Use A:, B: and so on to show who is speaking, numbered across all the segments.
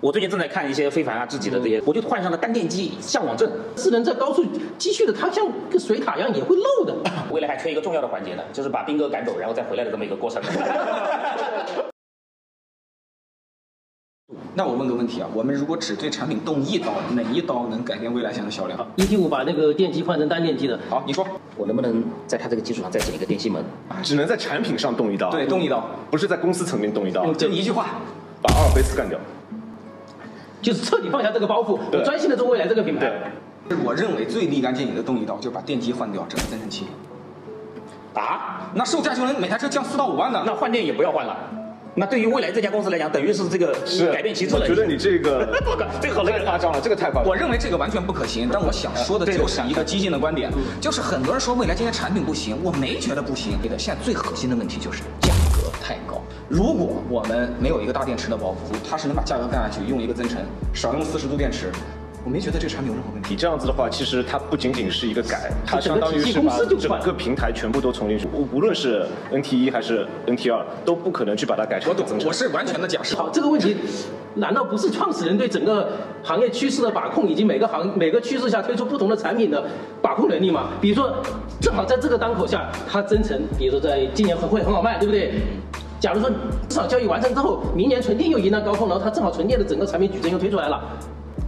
A: 我最近正在看一些非凡啊、自己的这些，我就患上了单电机向往症。
B: 智能在高速积蓄的，它像个水塔一样也会漏的。
A: 未来还缺一个重要的环节呢，就是把兵哥赶走，然后再回来的这么一个过程。
C: 那我问个问题啊，我们如果只对产品动一刀，哪一刀能改变未来线的销量？
B: 一 T 五把那个电机换成单电机的，
C: 好，你说，
A: 我能不能在它这个基础上再写一个电信门？
D: 只能在产品上动一刀，
C: 对，，动一刀，
D: 不是在公司层面动一刀，
C: 就一句话，
D: 把阿尔卑斯干掉。
B: 就是彻底放下这个包袱，我
D: 对
B: 专心的做未来这个品
D: 对
B: 牌。，
C: 我认为最立竿见影的动一刀，就把电机换掉，整个增程器。
A: 啊，
C: 那售价就能每台车降四到五万呢。
A: 那换电也不要换了。那对于未来这家公司来讲，等于是这个
D: 是
A: 改变旗帜
D: 我
A: 了。
D: 觉得你这个
A: 不可这个好累
D: 太
A: 人
D: 夸张了，这个太夸张
C: 我
D: 了。
C: 认为这个完全不可行，但我想说的就是一个激进的观点，就是很多人说未来今天产品不行，我没觉得不行。对的，现在最核心的问题就是价格太高。如果我们没有一个大电池的包袱，它是能把价格干下去，用一个增程，少用四十度电池，我没觉得这个产品有任何问题。
D: 你这样子的话，其实它不仅仅是一个改，它相当于是
B: 整个
D: 把
B: 体系公司就
D: 整
B: 换
D: 个平台全部都重新去，无无论是 NT 一还是 NT 二，都不可能去把它改成
C: 我
D: 一个
C: 懂
D: 增，程。
C: 我是完全的假设。
B: 好，这个问题难道不是创始人对整个行业趋势的把控，以及每个行每个趋势下推出不同的产品的把控能力吗？比如说，正好在这个当口下，它增程，比如说在今年会很好卖，对不对？假如说市场交易完成之后，明年纯电又迎来高峰，然后它正好纯电的整个产品矩阵又推出来了，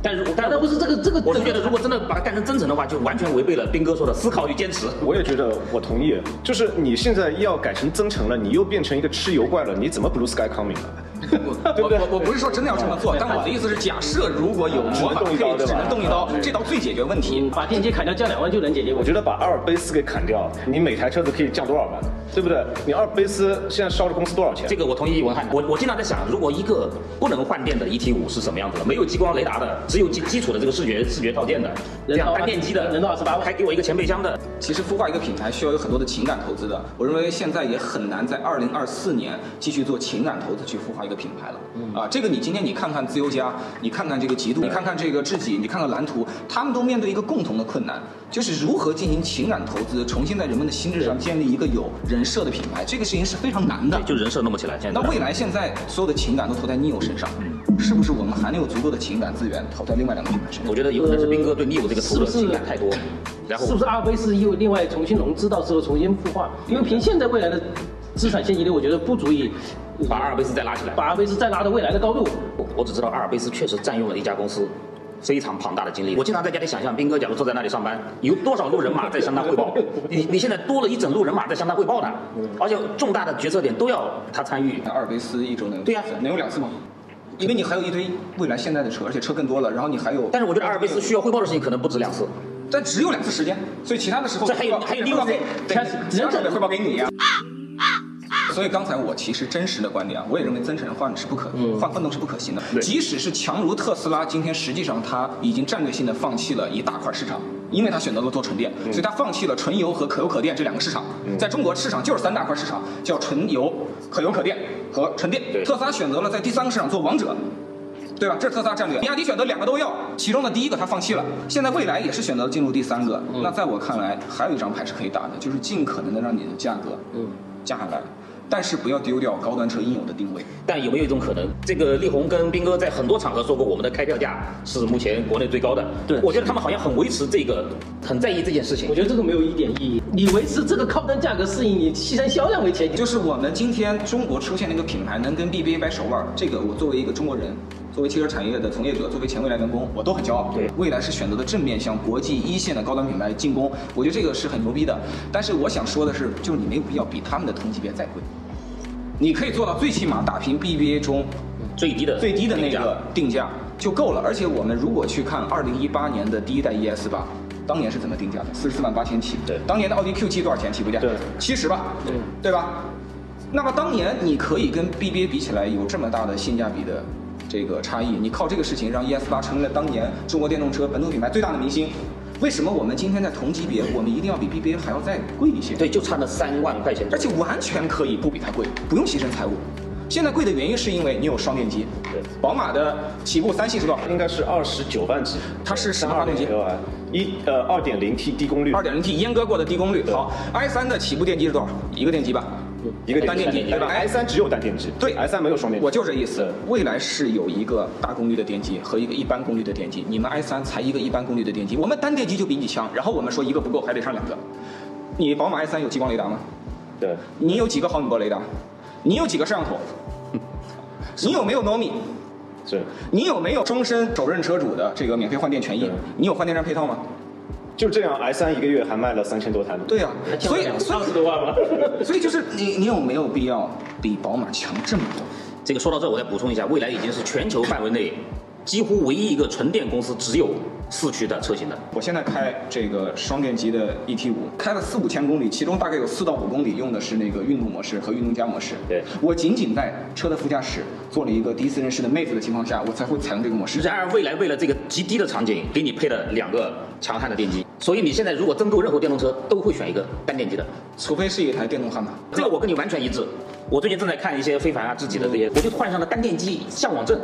A: 但如但
B: 难道不是这个这个？
A: 我是
B: 这
A: 觉
B: 个
A: 得，如果真的把它干成真诚的话，就完全违背了兵哥说的思考与坚持。
D: 我也觉得我同意，就是你现在要改成增程了，你又变成一个吃油怪了，你怎么 Blue Sky Coming 了？
C: 我我我我不是说真的要这么做，但我的意思是，假设如果有魔法可以只能动一刀，嗯这刀最解决问题。
B: 嗯把电机砍掉降两万就能解决
D: 我
B: 我
D: 觉得把阿尔卑斯给砍掉，你每台车子可以降多少万，对不对？你阿尔卑斯现在烧了公司多少钱
A: 这？个我同意文翰。我我经常在想，如果一个不能换电的 ET 五是什么样子的？没有激光雷达的，只有基基础的这个视觉视觉套件的，这
B: 人
A: 样
B: 造
A: 单电机的，
B: 人造28万
A: 还给我一个前备箱的，
C: 其实孵化一个品牌需要有很多的情感投资的，我认为现在也很难在二零二四年继续做情感投资去孵化一个品牌了。啊，这个你今天你看看自由家，你看看这个极度，你看看这个智己，你看看蓝图，他们都面对一个共同的困难，就是如何进行情感投资，重新在人们的心智上建立一个有人设的品牌，这个事情是非常难的
A: 对，。就人设弄不起来。现在
C: 那未来现在所有的情感都投在 Neo 身上，
A: 嗯
C: 是不是我们还能有足够的情感资源投在另外两个品牌身上
A: 我？觉得有可能是兵哥对 Neo 这个投
B: 是不
A: 入
B: 是
A: 情感太多，然后
B: 是不是阿尔卑斯又另外重新融资，到时候重新孵化？因为凭现在未来的资产现金流，我觉得不足以
A: 把阿尔卑斯再拉起来。
B: 把阿尔卑斯再拉到未来的高度。
A: 我我只知道阿尔卑斯确实占用了一家公司非常庞大的精力。我经常在家里想象，斌哥假如坐在那里上班，有多少路人马在向他汇 报？你你现在多了一整路人马在向他汇报呢，
B: 嗯
A: 而且重大的决策点都要他参与。
C: 阿尔卑斯一周能有
A: 对呀
C: 能有两次吗？因为你还有一堆未来现在的车，而且车更多了，然后你还有，
A: 但是我觉得阿尔卑斯需要汇报的事情可能不止两次。
C: 但只有两次时间，所以其他的时候
A: 这还有还有
C: 汇报给
A: 另
B: 外
C: 对
B: 一个
C: 其他人得汇报给你呀、所以刚才我其实真实的观点啊，我也认为增程换是不可、
A: 嗯
C: 换混动是不可行的。即使是强如特斯拉，今天实际上它已经战略性的放弃了一大块市场，因为它选择了做纯电，
A: 嗯
C: 所以它放弃了纯油和可油可电这两个市场。在中国市场就是三大块市场，叫纯油、可油可电和纯电。
A: 对
C: 特斯拉选择了在第三个市场做王者，对吧？这是特斯拉战略。比亚迪选择两个都要，其中的第一个它放弃了，现在蔚来也是选择进入第三个。那在我看来，还有一张牌是可以打的，就是尽可能的让你的价格嗯降下来，但是不要丢掉高端车应有的定位。
A: 但有没有一种可能，这个力宏跟斌哥在很多场合说过，我们的开票价是目前国内最高的。
B: 对
A: 我觉得他们好像很维持这个，很在意这件事情
B: 我。觉得这个没有一点意义。你维持这个靠单价格是以你牺牲销量为前提，
C: 就是我们今天中国出现了一个品牌能跟 BBA 掰手腕，这个我作为一个中国人，作为汽车产业的从业者，作为前未来员工，我都很骄傲。
A: 对
C: 未来是选择了正面向国际一线的高端品牌进攻，我觉得这个是很牛逼的。但是我想说的是，就是你没有必要比他们的同级别再贵，你可以做到最起码打平 BBA 中
A: 最低的
C: 最低的那
A: 定价
C: 个定价就够了。而且我们如果去看二零一八年的第一代 ES 八。当年是怎么定价的？四十四万八千起。
A: 对
C: 当年的奥迪 Q 7多少钱起步价？
D: 对
C: 七十吧。对，对吧？那么当年你可以跟 BBA 比起来有这么大的性价比的这个差异，你靠这个事情让 ES 八成为了当年中国电动车本土品牌最大的明星。为什么我们今天在同级别，我们一定要比 BBA 还要再贵一些？
A: 对，就差那三万块钱左右。
C: 而且完全可以不比它贵，不用牺牲财务。现在贵的原因是因为你有双电机，
A: 对
C: 宝马的起步三系是多少？
D: 应该是二十九万起，
C: 它是什么发动机
D: 32.6啊？一呃二点零 T 低功率，
C: 二点零 T 阉割过的低功率。好，i 三的起步电机是多少？一个电机吧，
D: 一个
C: 单电机
D: 对吧
C: 哎
D: ？i 三只有单电机，
C: 对
D: ，i 三没有双电机。
C: 我就这意思，未来是有一个大功率的电机和一个一般功率的电机，你们 i 三才一个一般功率的电机，我们单电机就比你强，然后我们说一个不够，还得上两个。你宝马 i 三有激光雷达吗？
D: 对，
C: 你有几个毫米波雷达？你有几个摄像头？
D: 嗯
C: 你有没有 NOMI？
D: 是，
C: 你有没有终身首任车主的这个免费换电权益
D: 对？
C: 你有换电站配套吗？
D: 就这样，i 三一个月还卖了三千多台呢。
C: 对呀、所以所
B: 二十多万吧。
C: 以 所以就是你你有没有必要比宝马强这么多？
A: 这个说到这，我再补充一下，蔚来已经是全球范围内几乎唯一一个纯电公司只有四驱的车型的。
C: 我现在开这个双电机的 ET 五，开了四五千公里，其中大概有四到五公里用的是那个运动模式和运动加模式。
D: 对
C: 我仅仅在车的副驾驶做了一个第一次认识的妹子的情况下，我才会采用这个模式。
A: 然而，蔚来为了这个极低的场景，给你配了两个强悍的电机，所以你现在如果争购任何电动车，都会选一个单电机的。
C: 除非是一台电动悍马。
A: 这个我跟你完全一致。我最近正在看一些非凡啊自己的这些，我就换上了单电机向往症，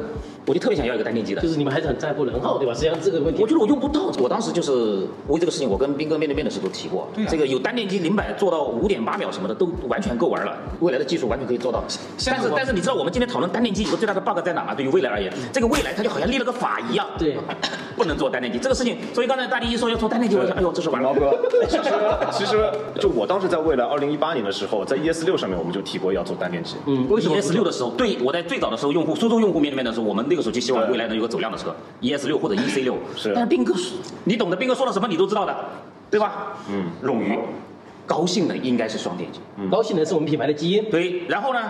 A: 我就特别想要一个单电机的
B: 就。是你们还是很在乎能耗，对吧？实际上这个问题，
A: 我觉得我用不到，我当时就是为这个事情，我跟斌哥面对面的时候提过，
C: 对啊
A: 这个有单电机零百做到五点八秒什么的都完全够玩了，未来的技术完全可以做到。
C: 现在
A: 但是
C: 我
A: 但是你知道我们今天讨论单电机有个最大的 bug 在哪吗？对于未来而言，这个未来它就好像立了个法一样，
B: 对
A: 不能做单电机这个事情。所以刚才大力一说要做单电机，我想，哎呦，这是完了
D: 毛。哥，其实其实就我当时在蔚来二零一八年的时候，在 ES 六上面我们就提过要做单电机。
B: 嗯，为什么
A: ES E 六的时候，对我在最早的时候，用户苏州用户面对面的时候，我们那个时候就希望
D: 对
A: 未来能有个走量的车，ES 六或者 EC 六。
D: 是
A: 但是斌哥说，你懂得斌哥说了什么，你都知道的，对吧？
D: 嗯，
A: 冗余，高性能应该是双电机。
B: 高性能是我们品牌的基因？
A: 对，然后呢，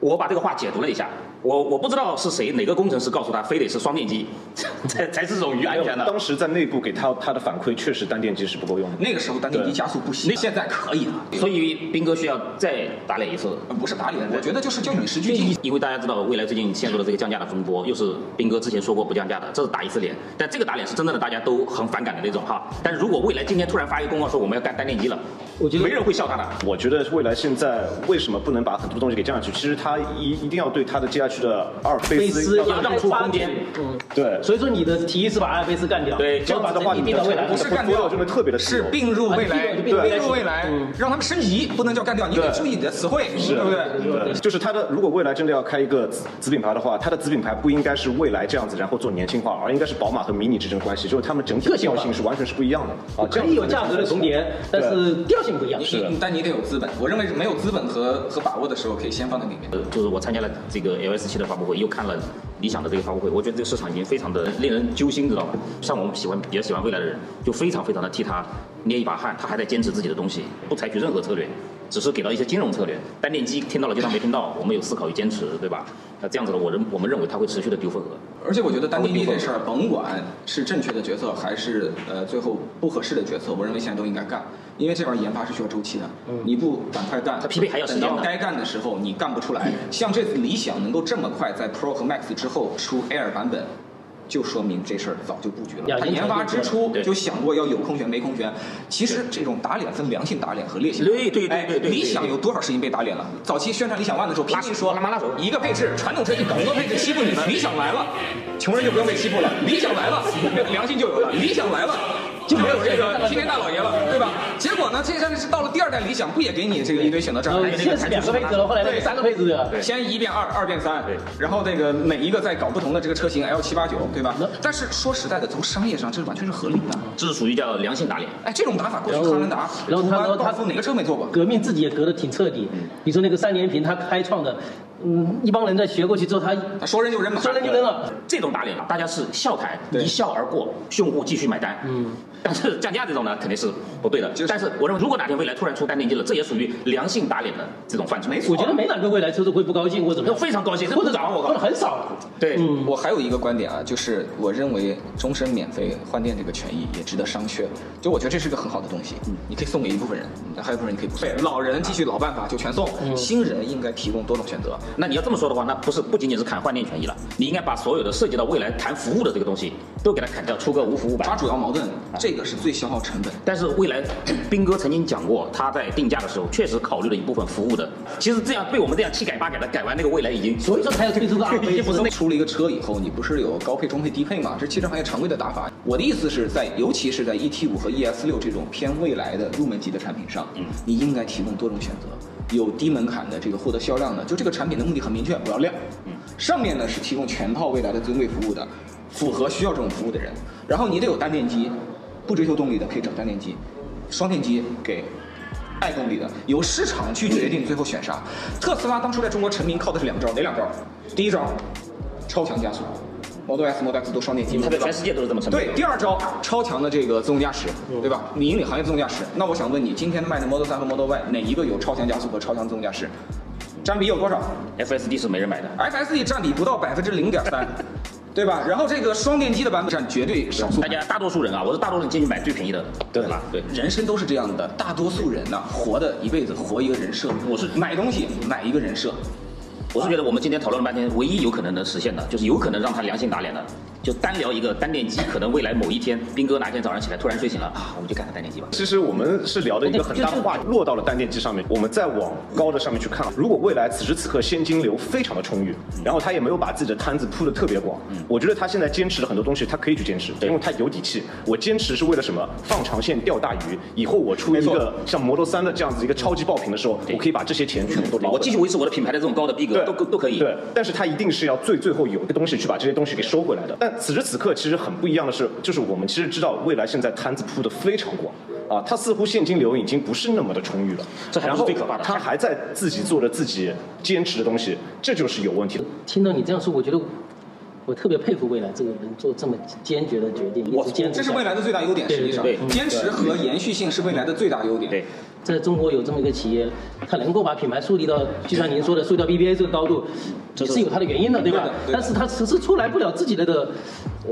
A: 我把这个话解读了一下，我我不知道是谁哪个工程师告诉他，非得是双电机， 才才是冗余安全的。
D: 当时在内部给他他的反馈，确实单电机是不够用的。
C: 那个时候单电机
D: 对
C: 加速不行，啊
A: 那
C: 现在可以了。
A: 所以斌哥需要再打脸一次。
C: 呃不是打脸，我觉得就是叫与时俱进。
A: 因为大家知道，未来最近陷入了这个降价的风波，又是斌哥之前说过不降价的，这是打一次脸。但这个打脸是真正的，大家都很反感的那种哈。但如果未来今天突然发一个公告说我们要干单电机了，
B: 我觉得
A: 没人会笑他的。
D: 我觉得未来现在为什么不能把很多东西给降下去？其实他一一定要对他的接下去的阿尔
B: 菲
D: 卑
B: 斯
D: 斯要
A: 要让出空间
B: 嗯，
D: 对，
B: 所以说你的提议是把阿尔卑斯干掉，
A: 对
D: 这样子的话
B: 一
D: 你
B: 定的未来
C: 不
D: 不
C: 是
D: 是
C: 干
D: 干
C: 掉
D: 掉，真的特别的
C: 是
D: 失落
C: 并入未
B: 啊
C: 来，
B: 并入
D: 未来
C: 并入未来
B: 嗯，
C: 让他们升级，不能叫干掉，你得
D: 对
C: 注意你的词汇，
D: 是
C: 对不对？
D: 对，就是它的，如果未来真的要开一个子子品牌的话，它的子品牌不应该是未来这样子，然后做年轻化，而应该是宝马和迷你之间的关系，就是他们整体的
B: 个性
D: 调
B: 化
D: 性是完全是不一样的啊。这
B: 可
D: 样
B: 以
D: 子
B: 有价值的重叠，但是调性不一样。
C: 你你但你得有资本，我认为是没有资本和和把握的时候，可以先放在里面。
A: 呃，就是我参加了这个 LS 七的发布会，又看了理想的这个发布会，我觉得这个市场已经非常的令人揪心，知道吧？像我们喜欢也喜欢未来的人，就非常非常的替他捏一把汗，他还在坚持自己的东西，不采取任何策略，只是给到一些金融策略。单电机听到了就当没听到，我们有思考与坚持，对吧？那这样子的，我认我们认为它会持续的丢份额。
C: 而且我觉得单电机这事儿，甭管是正确的决策还是呃最后不合适的决策，我认为现在都应该干，因为这玩意儿研发是需要周期的，你不赶快干，
A: 嗯它匹配还要时间的
C: 等到该干的时候你干不出 来。像这次理想能够这么快在 Pro 和 Max 之后出 Air 版本。就说明这事儿早就布局
B: 呀
C: 了，他
B: 已经
C: 研发之
A: 布
C: 初
A: 局了对
C: 就想过要有空悬没空悬。其实这种打脸分良性打脸和劣性打
A: 对
C: 脸。
A: 对对对
C: 哎
A: 对对
C: 理想有多少事情被打脸了？早期宣传理想 ONE 的时候，拼
A: 拉
C: 命说
A: 拉拉手
C: 一个配置，传统车企搞一个配置欺负你们，理想来了，穷人就不用被欺负了，理想来了，良心就有了，理想来了。就没有这个天天大老爷了，对吧？结果呢，这但是到了第二代理想，不也给你这个一堆选择障
B: 然后
C: 碍？
B: 现在是两个配置了，后来变三个配置了。
C: 先一变二，二变三
A: 对，
C: 然后这个每一个再搞不同的这个车型 L 七八九，对吧
B: 那？
C: 但是说实在的，从商业上这是完全是合理的。
A: 这是属于叫良性打脸。
C: 哎，这种打法过去
B: 然后
C: 汉兰达、
B: 然后
C: 途
B: 他
C: 啊观、
B: 然后他
C: 高尔夫哪个车没做嗯过？
B: 革命自己也革得挺彻底。你说那个三连屏，他开创的，嗯，一帮人在学过去之后，他
C: 他说扔就扔吧，
B: 说扔就扔了。
A: 这种打脸啊，大家是笑谈，
C: 对
A: 一笑而过，用户继续买单。嗯，但是降价这种呢，肯定是不对的。
C: 就是
A: 但是我认为，如果哪天未来突然出单电机了，这也属于良性打脸的这种范畴。
C: 没错
B: 我觉得没哪个未来车主会不高兴或怎么
A: 我
B: 样，
A: 非常高兴，这
B: 或
A: 不
B: 者
A: 是涨，我
B: 或者
A: 靠！
B: 很少。
A: 对，
B: 嗯，
C: 我还有一个观点啊，就是我认为终身免费换电这个权益也值得商榷。就我觉得这是个很好的东西，你可以送给一部分人，还有一部分人你可以不送。老人继续老办法就全送，新人应该提供多种选择。
A: 那你要这么说的话，那不是不仅仅是砍换电权益了，你应该把所有的涉及到未来谈服务的这个东西都给它砍掉，出个无服务版
C: 抓。主要矛盾，这个是最消耗成本。
A: 但是未来，斌哥曾经讲过，他在定价的时候确实考虑了一部分服务的。其实这样被我们这样七改八改的改完那个未来已经，
B: 所以说才要推出 个阿尔
A: 已
B: 卑
A: 经不是
B: 斯
A: 那。
C: 出了一个车以后，你不是有高配、中配、低配嘛？这是汽车行业常规的打法。我的意思是在，尤其是在 E ET 五和 ES 六这种偏未来的入门级的产品上，你应该提供多种选择。有低门槛的这个获得销量的，就这个产品的目的很明确，我要量。嗯，上面呢是提供全套未来的尊贵服务的，符合需要这种服务的人。然后你得有单电机，不追求动力的可以整单电机，双电机给爱动力的，由市场去决定最后选啥。特斯拉当初在中国成名靠的是两招，哪两招？第一招，超强加速，Model S、Model X 都双电机嘛，
A: 它在
C: 对吧
A: 全世界都是这么成功。嗯
C: 对，第二招超强的这个自动驾驶，对吧？你引领行业自动驾驶，那我想问你，今天卖的 Model 3和 Model Y 哪一个有超强加速和超强自动驾驶？占比有多少
A: ，FSD 是没人买的。
C: ？FSD 占比不到百分之零点三，对吧？然后这个双电机的版本占绝对少数
A: 大。家大多数人啊，我是大多数人建议买最便宜的，
D: 对
A: 吧？对，
C: 人生都是这样的，大多数人呐、活的一辈子活一个人设。
A: 我是
C: 买东西买一个人设，
A: 我是觉得我们今天讨论了半天，唯一有可能能实现的，就是有可能让他良心打脸的，就单聊一个单电机，可能未来某一天，斌哥哪一天早上起来突然睡醒了啊，我们就干个单电机吧。
D: 其实我们是聊的一个很大的话题，落到了单电机上面。我们再往高的上面去看，如果未来此时此刻现金流非常的充裕，然后他也没有把自己的摊子铺的特别广，我觉得他现在坚持的很多东西，他可以去坚持，因为他有底气。我坚持是为了什么？放长线钓大鱼。以后我出一个像摩托三的这样子一个超级爆品的时候，我可以把这些钱全部都捞
A: 我
D: 回
A: 继
D: 来。
A: 续维持我的品牌的这种高的逼格，
D: 对
A: 都都可以。
D: 对，但是他一定是要最最后有一个东西去把这些东西给收回来的。但此时此刻其实很不一样的是，就是我们其实知道未来现在摊子铺的非常广。啊，他似乎现金流已经不是那么的充裕了，
A: 这还不
D: 然
A: 是
D: 后
A: 最可怕的
D: 他还在自己做着自己坚持的东西，这就是有问题的。
B: 听到你这样说，我觉得我特别佩服未来这个能做这么坚决的决定，一
C: 我
B: 直坚持
C: 这是
B: 下来
C: 未来的最大优点。
B: 对
C: 实际上
A: 对对，
C: 坚持和延续性是未来的最大优点。
A: 对，
B: 在中国有这么一个企业，它能够把品牌树立到，就像您说的，树立到 BBA 这个高度，也是有它的原因的，对吧？
C: 对的对的
B: 但是它迟迟出来不了自己的的，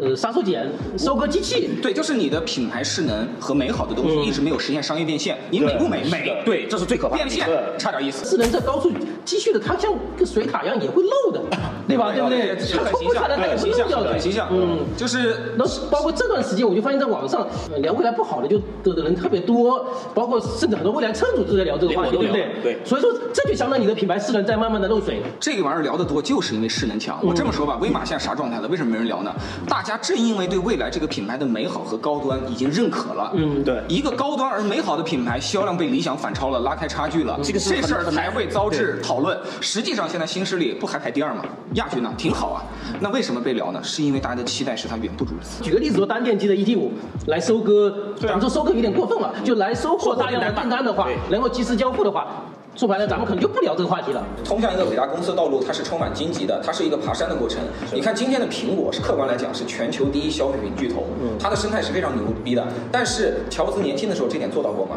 B: 呃，杀手锏、收割机器。
C: 对，就是你的品牌势能和美好的东
B: 嗯
C: 西一直没有实现商业变现，你美不美？美，
A: 对，这是最可怕的
C: 变
A: 地方。
C: 现
D: 对
C: 差点意思。
B: 智能在高处积蓄的，它像个水塔一样也会漏的，对吧？对不对？
C: 这
B: 它
C: 很
B: 冲
C: 形
B: 不
C: 象
B: 下来，，它也
C: 很
B: 会
C: 形象
B: 漏掉，的。
C: 很形象。
B: 嗯
C: 嗯，。就是
B: 那包括这段时间，我就发现，在网上呃聊未来不好的就的的人特别多，包括甚至很多未来车主都在聊这个话题，
A: 连我都
B: 对不对
A: 聊？对
B: 所以说，这就相当于你的品牌势能在慢慢的漏水。
C: 这个玩意儿聊得多，就是因为势能
A: 嗯
C: 强。我这么说吧，威马现在啥状态了？为什么没人聊呢？大家正因为对未来这个品牌的美好和高端已经认可了，
B: 嗯
D: 对
C: 一个高端而美好的品牌销量被理想反超了，拉开差距了，
A: 嗯
C: 这
A: 个是很
C: 事儿才会遭致讨论。实际上，现在新势力不还排第二吗？亚军呢，挺好啊。那为什么被聊呢？是因为大家的期待是它远不如此。
B: 举个例子说，单电机的 ET 五来收割，咱们说收割有点过分了，就来收获大量的订单的话
A: 对，
B: 能够及时交付的话，说白了，咱们可能就不聊这个话题了。
C: 通向一个伟大公司的道路，它是充满荆棘的，它是一个爬山的过程。你看今天的苹果，是客观来讲是全球第一消费品巨头，
A: 嗯
C: 它的生态是非常牛逼的。但是乔布斯年轻的时候，这点做到过吗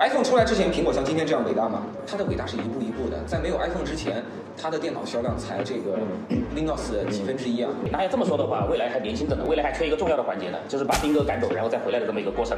C: ？iPhone 出来之前，苹果像今天这样伟大吗？它的伟大是一步一步的，在没有 iPhone 之前，它的电脑销量才这个
A: 嗯
C: Windows 的几分之一啊。
A: 那要这么说的话，未来还年轻着呢，未来还缺一个重要的环节呢，就是把斌哥赶走，然后再回来的这么一个过 程。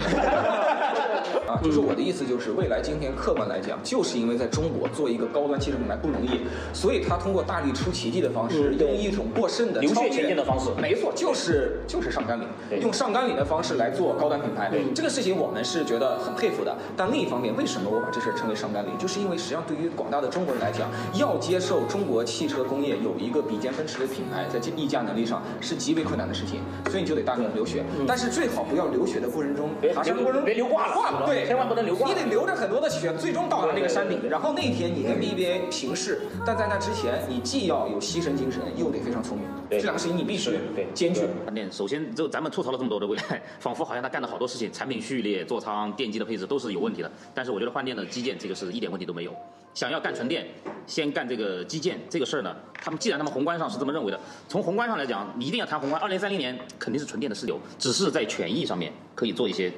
C: 啊，
A: 嗯
C: 就是我的意思就是，未来今天客观来讲，就是因为在中国做一个高端汽车品牌不容易，所以它通过大力出奇迹的方式，用一种过剩的
A: 嗯流血
C: 超越
A: 前进的方式
C: 没错，就是就是上甘岭
A: 对，
C: 用上甘岭的方式来做高端品牌，这个事情我们是觉得很佩服的。但另一方面，为什么我把这事儿称为上甘岭？就是因为实际上对于广大的中国人来讲，要接受中国汽车工业有一个比肩奔驰的品牌在溢价能力上是极为困难的事情，所以你就得大量流血，但是最好不要流血的过程中
A: 嗯别，
C: 爬山的
A: 流
C: 过程中
A: 别流挂了
C: 挂了，对，
A: 千万不能流挂了
C: 你得流着很多的血，最终到达那个山顶。然后那一天你跟 BBA 平视，但在那之前，你既要有牺牲精神，又得非常聪明，
A: 对
C: 这两个事情你必须
A: 对
C: 兼具。
A: 关键首先就咱们吐槽了这么多的未来，仿佛好像他干了好多事情，产品序列、座舱、电机的配置都是有问题的。但是我觉得换电的基建这个是一点问题都没有。想要干纯电，先干这个基建这个事儿呢，他们既然他们宏观上是这么认为的，从宏观上来讲，你一定要谈宏观。二零三零年肯定是纯电的室友，只是在权益上面可以做一些，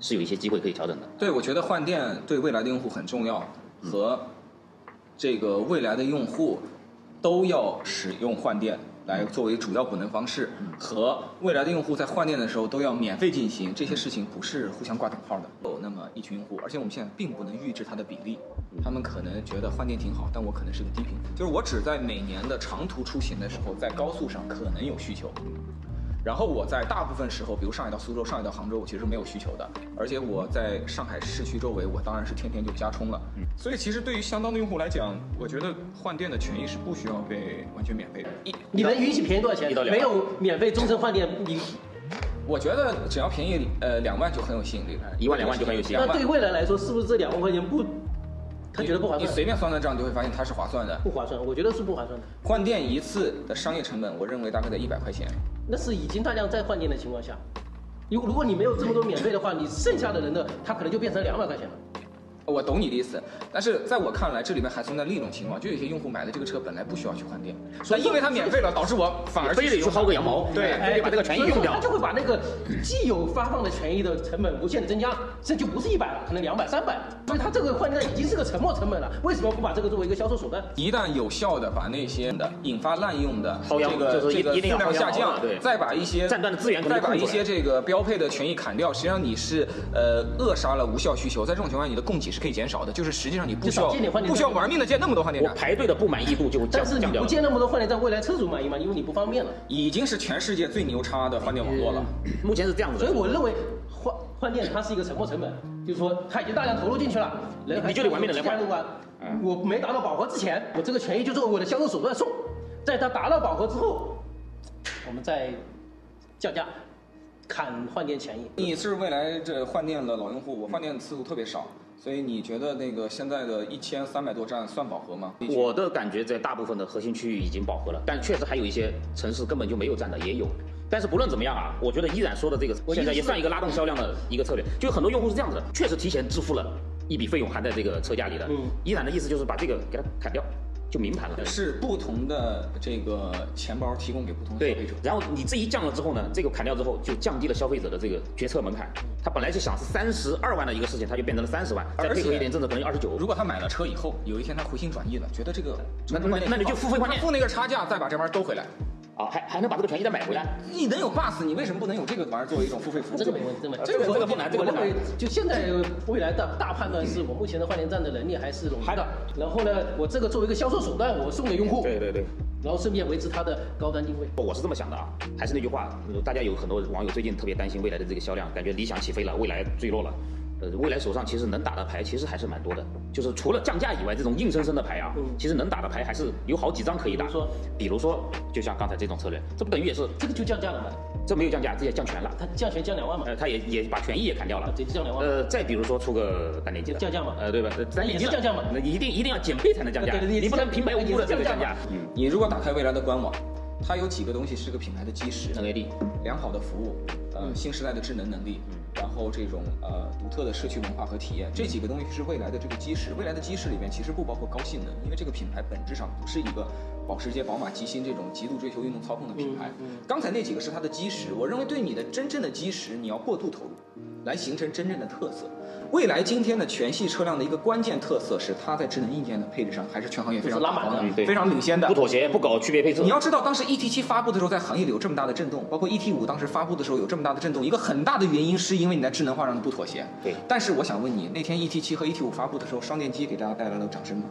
A: 是有一些机会可以调整的。
C: 对，我觉得换电对未来的用户很重要，和这个未来的用户都要使用换电来作为主要补能方式，和未来的用户在换电的时候都要免费进行，这些事情不是互相挂等号的。有那么一群用户，而且我们现在并不能预知它的比例，他们可能觉得换电挺好，但我可能是个低频，就是我只在每年的长途出行的时候，在高速上可能有需求。然后我在大部分时候，比如上海到苏州、上海到杭州，我其实没有需求的。而且我在上海市区周围，我当然是天天就加充了。所以其实对于相当的用户来讲，我觉得换电的权益是不需要被完全免费的。一，
B: 你能允许便宜多少钱
A: 一到？两
B: 没有免费终身换电，你
C: 我觉得只要便宜呃两万就很有吸引力了，
A: 一万两万就很有吸引力
C: 两
B: 那对
C: 万。
B: 未来来说，是不是这两万块钱不他觉得不划
C: 你
B: 算，
C: 随便算算账，就会发现它是划算的。
B: 不划算，我觉得是不划算的。
C: 换电一次的商业成本，我认为大概在一百块钱。
B: 那是已经大量再换电的情况下，如果如果你没有这么多免费的话，你剩下的人的他可能就变成两百块钱了。
C: 我懂你的意思，但是在我看来，这里面还存在另一种情况，就有些用户买的这个车本来不需要去换电，那因为它免费了，导致我反而
A: 非得去薅个羊毛，
D: 对
A: 非得把这个权益
B: 哎所以
A: 用
B: 说
A: 掉
B: 他。就会把那个既有发放的权益的成本无限的增加，这就不是一百了，可能两百、三百，所以他这个换电已经是个沉没成本了。为什么不把这个作为一个销售手段？
C: 一旦有效的把那些的引发滥用的
A: 薅羊
C: 这个
A: 就是一
C: 这个
A: 一定要
C: 数量
A: 薅羊
C: 下
A: 毛
C: 降
A: 的，对
C: 再把一些
A: 战断的资源可能
C: 再把
A: 控制
C: 一
A: 回来
C: 些这个标配的权益砍掉，实际上你是呃扼杀了无效需求。在这种情况下，你的供给是可以减少的，就是实际上你不需
B: 就
C: 要
B: 少建点换电站
C: 不需要玩命的建那么多换电
A: 我
C: 站。
A: 排队的不满意度就降
B: 哎但是你
A: 降掉
B: 不
A: 了。
B: 建那么多换电站，未来车主满意吗？因为你不方便了。
C: 已经是全世界最牛叉的换电网
B: 嗯
C: 络了。
A: 目前是这样子
B: 所以
A: 的，
B: 我认为换换电它是一个沉没成本，就是说它已经大量投入进去了，人还
A: 你就得玩命地来换嗯
B: 价格观我没达到饱和之前，我这个权益就作为我的销售手段送，在它达到饱和之后，我们再降价，砍换电权益。
C: 你是未来这换电的老用户，我换电次数特别少，所以你觉得那个现在的一千三百多站算饱和吗？
A: 我的感觉在大部分的核心区域已经饱和了，但确实还有一些城市根本就没有站的也有。但是不论怎么样啊，我觉得依然说的这个
B: 我
A: 现在
B: 意思
A: 也
B: 是
A: 算一个拉动销量的一个策略，就很多用户是这样子的，确实提前支付了一笔费用含在这个车价里的。
B: 嗯
A: 依然的意思就是把这个给它砍掉，就明盘了。
C: 是不同的这个钱包提供给不同的消费
A: 对
C: 者，。
A: 然后你这一降了之后呢，这个砍掉之后就降低了消费者的这个决策门槛。他本来是想是三十二万的一个事情，他就变成了三十万，再
C: 而
A: 配合
C: 且
A: 一点政策，可能二十九。
C: 如果他买了车以后，有一天他回心转意了，觉得这个
A: 那那那你就付费换电
C: 付那个差价，再把这玩意儿兜回来。
A: 啊，还还能把这个权益再买回来。
C: 你能有 bus，你为什么不能有这个玩意儿作为一种付费服务？
B: 啊这个没问题，这个没问题
A: 这个
B: 我
A: 这个不难这个
B: 我
A: 不
B: 认
A: 难
B: 为就现在未来的大判断是我目前的换电站的能力还是容易
A: 还的
B: 的。然后呢，我这个作为一个销售手段，我送给用户，
A: 对对对。
B: 然后顺便维持它的高端定位。
A: 我是这么想的啊，还是那句话，呃大家有很多网友最近特别担心未来的这个销量，感觉理想起飞了，未来坠落了。呃，未来手上其实能打的牌其实还是蛮多的，就是除了降价以外，这种硬生生的牌啊，
B: 嗯
A: 其实能打的牌还是有好几张可以打。
B: 比如说，
A: 比如说，就像刚才这种策略，这不等于也是
B: 这个就降价了嘛，
A: 这没有降价，这也降全了，
B: 它降权降两万嘛，
A: 呃，他也也把权益也砍掉了
B: 啊，。对，降两万。
A: 呃，再比如说出个单点机的
B: 就降价嘛
A: 呃，对吧？呃单点机
B: 也是降价嘛啊
A: 那一定一定要减配才能降价，
B: 对对对
A: 你不能平白无故的这个
B: 也是
A: 降
B: 降价
A: 价
B: 嘛。
A: 嗯
C: 你如果打开未来的官网，它有几个东西是个品牌的基石，
A: ，NAD，
C: 良好的服务，呃，新时代的智能能力，然后这种呃独特的社区文化和体验，嗯这几个东西是未来的这个基石。未来的基石里面其实不包括高性能，因为这个品牌本质上不是一个保时捷、宝马、极星这种极度追求运动操控的品牌。
B: 嗯嗯
C: 刚才那几个是它的基石，我认为对你的真正的基石，你要过度投入，来形成真正的特色。未来今天的全系车辆的一个关键特色是，它在智能硬件的配置上还是全行业非常
B: 就是拉满的
C: 高
A: 嗯对
C: 非常领先的
A: 不。妥协，不搞区别配置
C: 你。要知道，当时 ET 七发布的时候，在行业里有这么大的震动，包括 ET 五当时发布的时候有这么大的震动，一个很大的原因是因为你在智能化上的不妥协。
A: 对
C: 但是我想问你，那天 ET 七和 ET 五发布的时候，双电机给大家带来了掌声吗？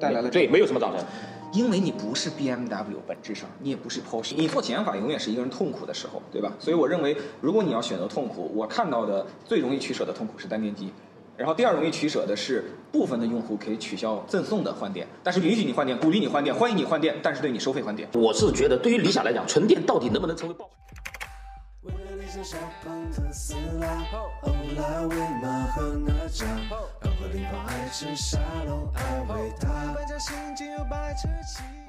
C: 带来了
A: 对，没有什么掌声。
C: 因为你不是 BMW，本质上你也不是 Porsche，你做减法永远是一个人痛苦的时候，对吧？所以我认为，如果你要选择痛苦，我看到的最容易取舍的痛苦是单电机，然后第二容易取舍的是部分的用户可以取消赠送的换电，但是允许你换电，鼓励你换电，欢迎你换电，但是对你收费换电。
A: 我是觉得，对于理想来讲，纯电到底能不能成为爆？
E: 为了理想下班特斯拉，欧拉为马和哪吒，然后领跑爱吃沙龙，爱维他。搬家心情又百车起。